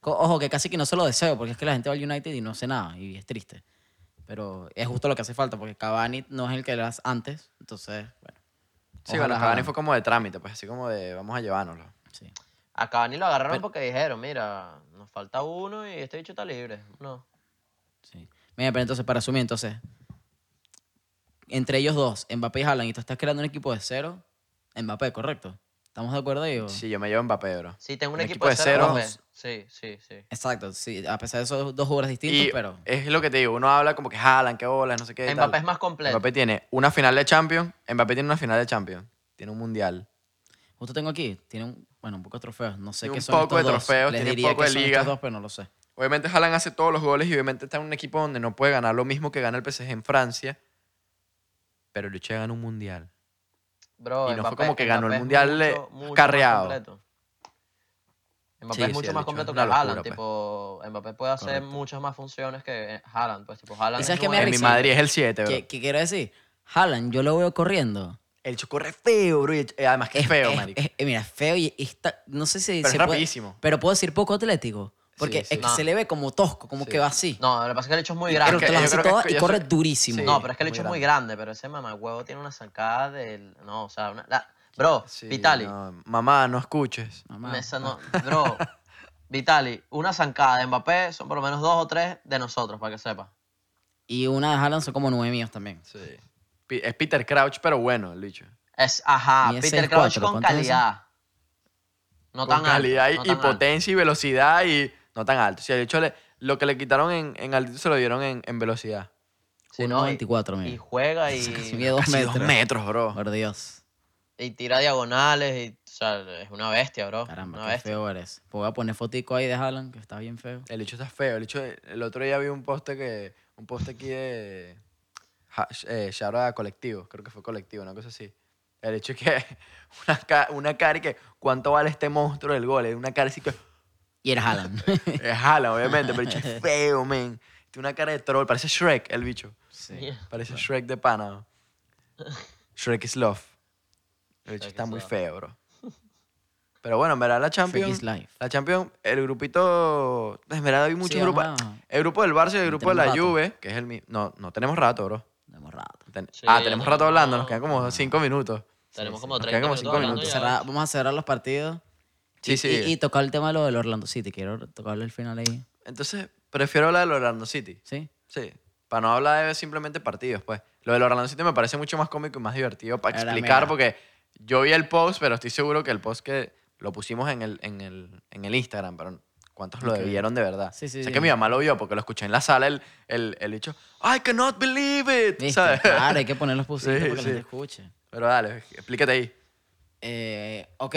Co- Ojo, que casi que no se lo deseo, porque es que la gente va al United y no hace nada, y es triste. Pero es justo lo que hace falta, porque Cavani no es el que era antes, entonces, bueno. Sí, Ojalá bueno, Cavani hagan. fue como de trámite, pues así como de vamos a llevárnoslo. Sí. A Cavani lo agarraron porque dijeron, mira, nos falta uno y este bicho está libre. No. Sí. Mira, pero entonces, para resumir, entonces, entre ellos dos, Mbappé y Haaland, y tú estás creando un equipo de cero, Mbappé, correcto. ¿Estamos de acuerdo ahí? o? Sí, yo me llevo a Mbappé, bro. Sí, tengo un, Un equipo, de cero. Mbappé. Sí, sí, sí. Exacto, sí, a pesar de esos dos jugadores distintos, Y pero. es lo que te digo, uno habla como que jalan, que bolas, no sé qué. y Mbappé tal. es más completo. Mbappé tiene una final de Champions, Mbappé tiene una final de Champions, tiene un mundial, Justo tengo aquí, tiene un, bueno, un poco de trofeos, no sé Tiene qué un son poco estos de dos. trofeos, Les tiene un diría poco que de son liga. estos dos, pero no lo sé. Obviamente Haaland hace todos los goles y obviamente está en un equipo donde no puede ganar lo mismo que gana el PSG en Francia. Pero Luche gana un mundial. Bro, Y no fue Mbappé- como que ganó el Mbappé es Mundial de- mucho, mucho carreado. más completo. Mbappé Sí, es sí, mucho el más bicho completo es que una locura, Haaland. pues. Tipo, Mbappé puede hacer Correcto. muchas más funciones que Haaland. Pues, tipo, Haaland ¿Y es sabes qué me nueve. En mi risa? Madrid es el 7, bro. ¿Qué, qué quiero decir? Haaland, yo lo veo corriendo. El chico corre feo, bro. y- eh, Además que es feo, Es- marico. es- eh, mira, es feo y está, no sé si Pero se es puede- rapidísimo. pero puedo decir poco atlético, porque Sí, sí. es que se le ve como tosco, como Sí. que va así. No, lo que pasa es que el hecho es muy Y pero grande. que- te las yo hace creo que es todas que y yo corre sé- durísimo. Sí. no, pero es que el muy hecho es muy grande. grande. Pero ese mamagüevo tiene una zancada del... No, o sea, una- la- Bro, Sí, Vitali. no, mamá, no escuches. Mamá. esa no- Bro, Vitali, una zancada de Mbappé son por lo menos dos o tres de nosotros, para que sepas. Y una de Haaland son como nueve míos también. Sí. Pi- Es Peter Crouch, pero bueno, el bicho. Es, ajá, Y ese Peter es Crouch cuatro, con ¿cuánto es eso? calidad. No Con tan alto, calidad y- no y, tan alto. potencia y velocidad y no tan alto. Si el bicho le- lo que le quitaron en, en altitud se lo dieron en, en velocidad. Sí, Un no, y- 94, mira. Y juega Casi y, mide dos Casi metros. dos metros, bro. Por Dios. y tira diagonales. Y, o sea, es una bestia, bro. Caramba, una qué bestia. feo eres. Pues voy a poner fotico ahí de Haaland, que está bien feo. El bicho está feo. El, bicho- el otro día vi un poste que. Un poste aquí de. ja- eh, shout out a colectivo. Creo que fue colectivo, una cosa así. El hecho es que una, ca- una cara y que cuánto vale este monstruo del gol. Es Una cara así que Y era Haaland. es Eh, jala, obviamente, pero el bicho es feo, man. Tiene una cara de troll, parece Shrek el bicho. sí. Parece Shrek de pana. ¿no? Shrek is love. El Shrek bicho está is muy love. feo, bro. Pero bueno, en verdad la Freak Champions. is life. La Champions, el grupito. En verdad hay muchos Sí, grupos. vamos a- El grupo del Barça y el grupo de la Tenemos rato. Juve, que es el mismo. No, no tenemos rato, bro. Demos rato. Ten- Sí, ah, tenemos ya tenemos- rato hablando, no, nos quedan como cinco minutos. Tenemos Sí, como sí, nos 30 quedan como minutos cinco hablando minutos. ya. Cerra- vamos a cerrar los partidos. Sí, y, sí. Y, y tocar el tema de lo del Orlando City. Quiero tocarle el final ahí. Entonces, prefiero hablar del Orlando City. ¿Sí? Sí. Para no hablar de simplemente partidos, pues. Lo del Orlando City me parece mucho más cómico y más divertido para Ahora, explicar, mira. porque yo vi el post, pero estoy seguro que el post que lo pusimos en el, en el, en el Instagram, pero ¿cuántos lo Ok. debieron de verdad? Sí, sí, sé sí. que mi mamá lo vio porque lo escuché en la sala, el, el, el dicho, I cannot believe it, ¿Viste? ¿sabes? Claro, hay que poner los pulsitos Sí, para que sí. la gente escuche. Pero dale, explícate ahí. Eh, ok.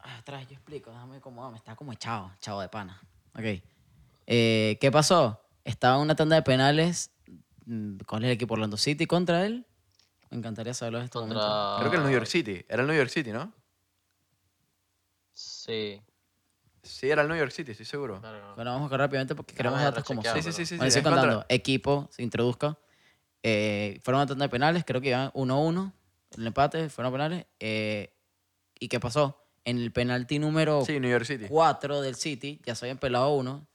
Ah, Atrás, yo explico. Déjame acomodarme. Está como echado, chavo de pana. Ok. Eh, ¿Qué pasó? Estaba en una tanda de penales. mm, ¿Cuál es el equipo? Orlando City contra él. Me encantaría saberlo en este momento. Contra. Creo que el New York Ah. City. Era el New York City, ¿no? Sí. Sí, era el New York City, estoy seguro. Claro, no. Bueno, vamos a buscar rápidamente porque queremos voy a datos como rechequear, son. Sí, sí, sí, sí. Bueno, sí, sigo es contra- contando. Equipo, se introduzca. Eh, fueron a tanda de penales, creo que iban 1-1. El empate, fueron a penales. eh, ¿Y qué pasó? En el penalti número Sí, New York City. 4 del City, ya se habían pelado uno.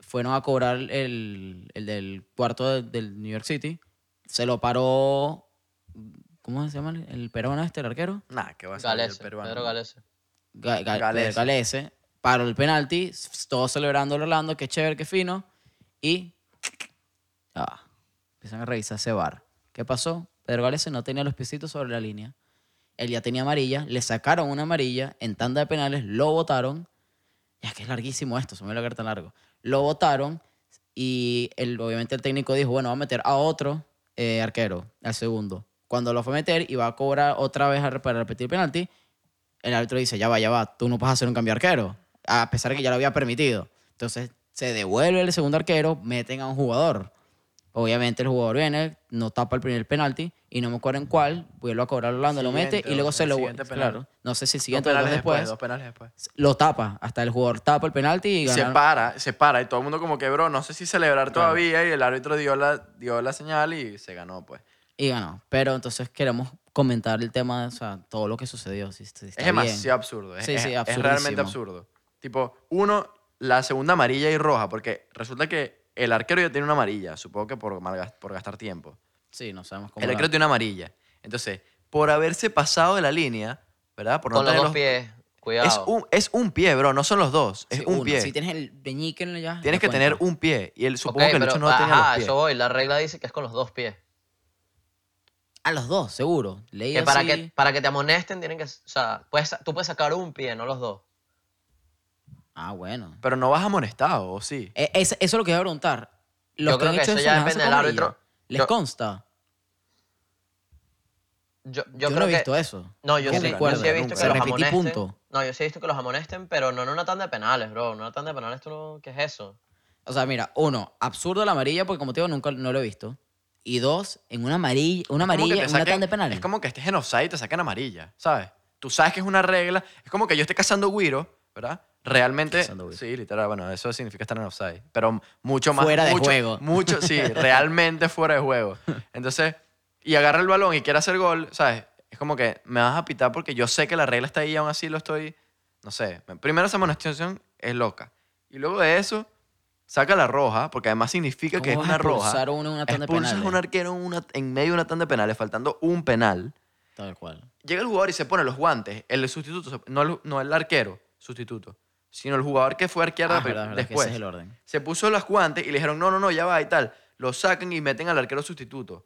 Fueron a cobrar el, el del cuarto de- del New York City. Se lo paró. ¿Cómo se llama? el- El Perón este, el arquero. Nah, que va a ser el Galese, peruano. Pedro Galese. Ga- Ga- eh, Galese. Galese. Paró el penalti. s- Todos celebrando Orlando. Qué chévere, qué fino. Y. Ah, empiezan a revisar ese bar. ¿Qué pasó? Pedro Galese no tenía los piecitos sobre la línea. Él ya tenía amarilla. Le sacaron una amarilla en tanda de penales. Lo votaron. Ya que es larguísimo esto, se me va a quedar tan largo. Lo votaron y el, obviamente el técnico dijo, bueno, va a meter a otro eh, arquero, al segundo. Cuando lo fue a meter y va a cobrar otra vez a re- para repetir el penalti, el árbitro dice, ya va, ya va, tú no vas a hacer un cambio de arquero, a pesar de que ya lo había permitido. Entonces se devuelve el segundo arquero, meten a un jugador. Obviamente el jugador viene, no tapa el primer penalti y no me acuerdo en cuál, vuelve a cobrar Orlando, lo mete Siguiente, y luego el se lo siguiente vuelve- penal. Claro, no sé si el Dos siguiente o penales dos después, después dos penales después. lo tapa. Hasta el jugador tapa el penalti y Y se ganaron. para, se para. Y todo el mundo como que, bro, no sé si celebrar todavía. Y el árbitro dio la, dio la señal y se ganó, pues. Y ganó. Pero entonces queremos comentar el tema, o sea, todo lo que sucedió. Si, si está es bien. demasiado absurdo. Es, Sí, es- sí, es absurdísimo. realmente absurdo. Tipo, uno, la segunda amarilla y roja. Porque resulta que el arquero ya tiene una amarilla. Supongo que por, malgas- por gastar tiempo. Sí, no sabemos cómo. El la- arquero tiene una amarilla. Entonces, por haberse pasado de la línea, ¿verdad? Por no Con los tener dos los- pies. Cuidado. Es un, es un pie, bro. No son los dos. Es Sí, un uno. pie. Si tienes el meñique en la- ya. no Tienes que tener cuenta. un pie. Y él supongo Ok, que el pero- bicho no tenía los Ajá, pies. eso voy. La regla dice que es con los dos pies. A los dos, seguro. Leí Que para, así. que, para que te amonesten tienen que... O sea, puedes, sa- tú puedes sacar un pie, no los dos. Ah, bueno. Pero no vas amonestado, ¿o sí? Eh, es- eso es lo que iba a preguntar. Los Yo que creo han que hecho eso eso, ya les han depende del sacado árbitro. amarilla. ¿Les Yo- consta? Yo, Yo, yo, no creo he que... visto eso. No, yo Que sí, yo recuerde, sí he visto nunca. que Se los repetí amonesten. punto. No, yo sí he visto que los amonesten, pero no en una tanda de penales, bro. En una tanda de penales tú no... ¿Qué es eso? O sea, mira, uno, absurdo la amarilla, porque como te digo, nunca no lo he visto. Y dos, en una amarilla, una Es como que amarilla, te en una saquen- tanda de penales. Es como que estés en offside y te sacan amarilla, ¿sabes? Tú sabes que es una regla. Es como que yo esté cazando güiro, ¿verdad? Realmente, Cazando güiro. sí, literal, bueno, eso significa estar en offside, pero mucho más. Fuera de mucho- juego. Mucho, sí, realmente fuera de juego. Entonces, y agarra el balón y quiere hacer gol, ¿sabes? Es como que me vas a pitar porque yo sé que la regla está ahí y aún así lo estoy, no sé. Primero esa amonestación es loca. Y luego de eso, saca la roja, porque además significa que es ¿Cómo vas a una roja. expulsar a uno en una tanda de Expulsas a penales? un arquero en, una- en medio de una tanda de penales, faltando un penal. Tal cual. Llega el jugador y se pone los guantes. El sustituto, se- no el, no el arquero, sustituto, sino el jugador que fue arquero Ah, de- verdad, verdad, que después. ese es el orden. Se puso los guantes y le dijeron, no, no, no, ya va y tal. Lo sacan y meten al arquero sustituto.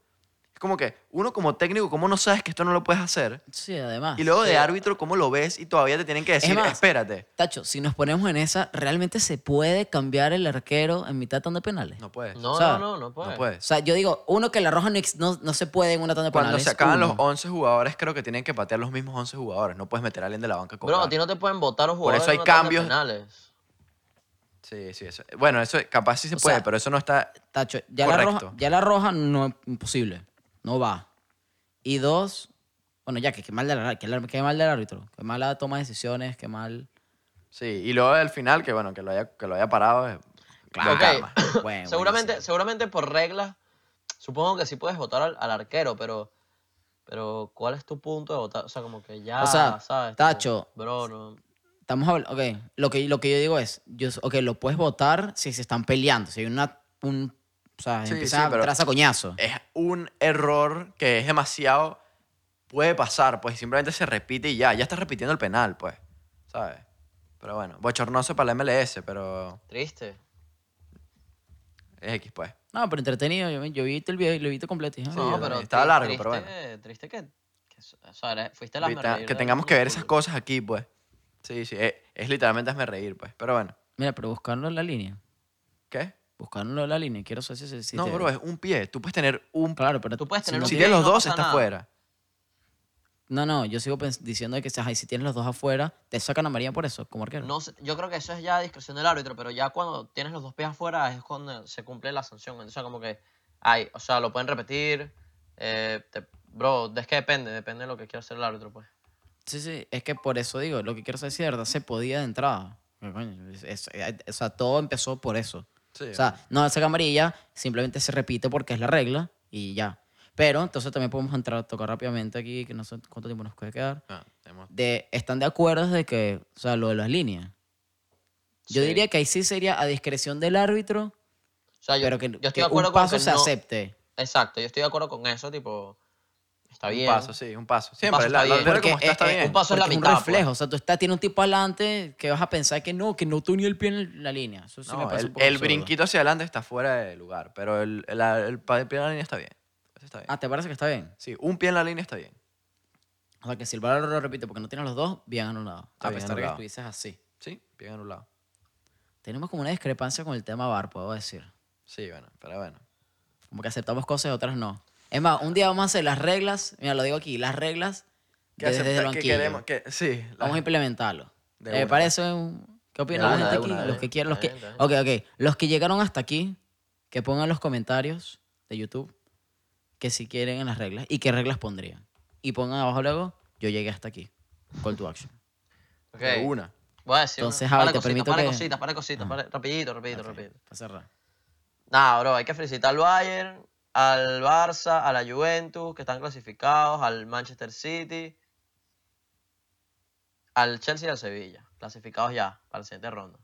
Es como que uno como técnico, ¿cómo no sabes que esto no lo puedes hacer? Sí, además. Y luego de árbitro, ¿cómo lo ves? Y todavía te tienen que decir, más, espérate. Tacho, si nos ponemos en esa, ¿realmente se puede cambiar el arquero en mitad de tanda de penales? No puedes. No, sea, no, no, no puede. no O puedes. sea, yo digo, uno que la roja no, ex- no, no se puede en una tanda de Cuando penales. se acaban los uno. 11 jugadores, creo que tienen que patear los mismos 11 jugadores. No puedes meter a alguien de la banca a Bro, cobrar. a ti no te pueden votar un Por jugador eso hay en una tanda cambios. Eh, de penales. Sí, sí, eso. Bueno, eso capaz sí se O puede, sea, pero eso no está. Tacho, ya la, roja, Correcto. ya la roja no es imposible. No va. Y dos, bueno, ya que qué mal del, ar- qué, qué mal del árbitro. Qué mala toma de decisiones, qué mal. Sí, y luego al final, que bueno, que lo haya, que lo haya parado. es- Claro. lo calma. Bueno, seguramente, seguramente por reglas, supongo que sí puedes votar al, al arquero, pero, pero ¿cuál es tu punto de votar? O sea, como que ya, O sea, ¿sabes? Tipo, Tacho, bro, no. Estamos hablando, ok, lo que, lo que yo digo es, yo, ok, lo puedes votar si se están peleando, si hay una, un, o sea, Sí, empiezan sí, a pero- eh, traza coñazo. Es un error que es demasiado. Puede pasar, pues y simplemente se repite y ya. Ya estás repitiendo el penal, pues. ¿Sabes? Pero bueno, bochornoso para la MLS, pero Triste. es X, pues. No, pero entretenido, yo, yo vi el video, y lo vi todo completo. y dije, Sí, "Ah, yo no, también. pero Estaba tri- largo, triste, pero Triste que, que s- o sea, eres- fuiste la Ahorita Que tengamos que ver esas cosas aquí, pues. Sí, sí. Es, es literalmente hazme reír, pues. Pero bueno, Mira, pero buscarlo en la línea, ¿qué? buscarlo en la línea, quiero saber si... si- si no, te- bro, es un pie. Tú puedes tener un. Claro, pero Tú puedes si tener no- un si pie tienes y los no dos, pasa está nada. fuera. No, no, yo sigo pens- diciendo que ajá, y si tienes los dos afuera, te sacan a María por eso, como arquero. No sé, yo creo que eso es ya a discreción del árbitro, pero ya cuando tienes los dos pies afuera es cuando se cumple la sanción. Entonces, como que, ay, o sea, lo pueden repetir, eh, te- Bro, es que depende, depende de lo que quiera hacer el árbitro, pues. Sí, sí, es que por eso digo, lo que quiero saber si de verdad se podía de entrada. Porque, coño, es- es- eh, o sea, todo empezó por eso. Sí. O sea, no esa amarilla, simplemente se repite porque es la regla y ya. Pero entonces también podemos entrar, tocar rápidamente aquí, que no sé cuánto tiempo nos puede quedar. Ah, tenemos- De, ¿Están de acuerdo de que, o sea, lo de las líneas? Yo Sí. diría que ahí sí sería a discreción del árbitro, O sea, yo, pero que, yo que estoy de acuerdo un paso con que se no- acepte. Exacto, yo estoy de acuerdo con eso, tipo. Está bien. Un paso, sí, un paso. Siempre, paso la, está la bien. manera como Porque está, está es- es bien. un paso es la Porque mitad, un reflejo. pues. O sea, tú estás, tiene un tipo adelante que vas a pensar que no, que no te unió el pie en la línea. Eso sí me No, parece el, un poco el absurdo. brinquito hacia adelante está fuera de lugar, pero el, el, el pa- el pie en la línea está bien. Eso está bien. Ah, ¿te parece que está bien? Sí, un pie en la línea está bien. O sea, que si el valor lo repite porque no tienes los dos, bien anulado. Está a bien pesar de que anulado. tú dices así. Sí, bien anulado. Tenemos como una discrepancia con el tema VAR, puedo decir. Sí, bueno, pero bueno. Como que aceptamos cosas y otras no. Es más, un día vamos a hacer las reglas, mira, lo digo aquí, las reglas ¿Qué desde acepta- el qué banquillo. queremos? ¿Qué? Sí, la- Vamos a implementarlo. De ¿Le una. parece? un- ¿Qué opina De la una, gente de aquí? una, de los una. que quieran, los Está que... bien, está Ok, ok. Los que llegaron hasta aquí, que pongan los comentarios de YouTube que si quieren en las reglas y qué reglas pondrían. Y pongan abajo luego, yo llegué hasta aquí. Call to action. Ok. de una. Voy a decir. Entonces, una- Javi, para te cositas, permito para que- Ah. cositas, para cositas, para- rapidito, rapidito, Ok, rapidito. para cerrar. Nah, bro, hay que felicitar al Bayern, al Barça, a la Juventus, que están clasificados, al Manchester City, al Chelsea y al Sevilla, clasificados ya para la siguiente ronda.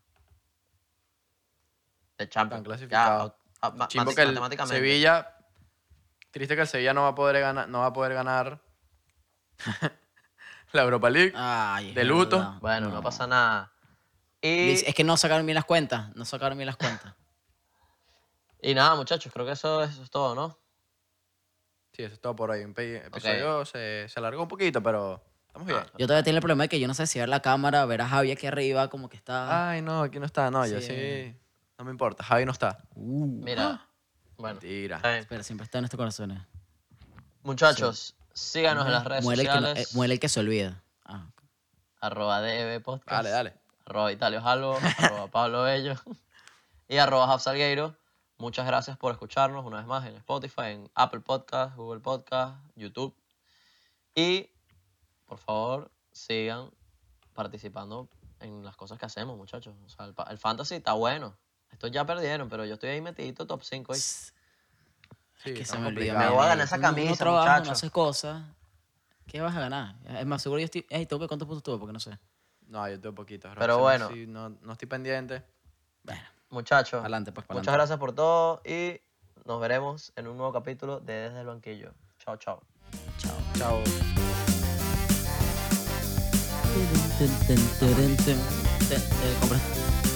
De Champions. Están clasificados. Ya, a- a- ma- Chimbo mate- que el matemáticamente. Sevilla. Triste que el Sevilla no va a poder ganar, no va a poder ganar la Europa League. Ah. Ay, es De luto. verdad. Bueno, no, pasa nada. Y, Dice, Es que no sacaron bien las cuentas. No sacaron bien las cuentas. y nada, muchachos, creo que eso, eso es todo, ¿no? Sí, eso es todo por hoy. Un pe- episodio se, se alargó un poquito, pero estamos bien. Yo todavía tengo el problema de que yo no sé si ver la cámara, ver a Javi aquí arriba, como que Ah. está. Ay, no, aquí no está. No, yo Sí. sí. No me importa. Javi no está. Uh. Mira, bueno. Ah. Mentira. está bien. Pero siempre está en nuestros corazones. Muchachos, síganos en las redes Muere el, que no- sociales. eh, muere el que se olvida. Ah, Arroba DB Podcast. Dale, dale. arroba Italio Jalbo, arroba Pablo Bello y arroba Jav Salgueiro. Muchas gracias por escucharnos una vez más en Spotify, en Apple Podcast, Google Podcast, YouTube. Y por favor, sigan participando en las cosas que hacemos, muchachos. O sea, el, pa- el fantasy está bueno. Estos ya perdieron, pero yo estoy ahí metidito top 5. hoy. Sí, que se está me olvidó. complicado. Me voy a ganar esa Uno- uno camisa, trabaja, muchacho. No haces cosas. ¿Qué vas a ganar? Es más, seguro yo estoy. Ey, tengo que cuántos puntos tuve porque no sé. No, yo tengo poquitos. bro. Pero Se me- bueno. sí, no, no estoy pendiente. Bueno, Muchachos, adelante, pues, para muchas gracias por todo y nos veremos en un nuevo capítulo de Desde el Banquillo. Chao, chao. Chao. Chao. Te- te compras-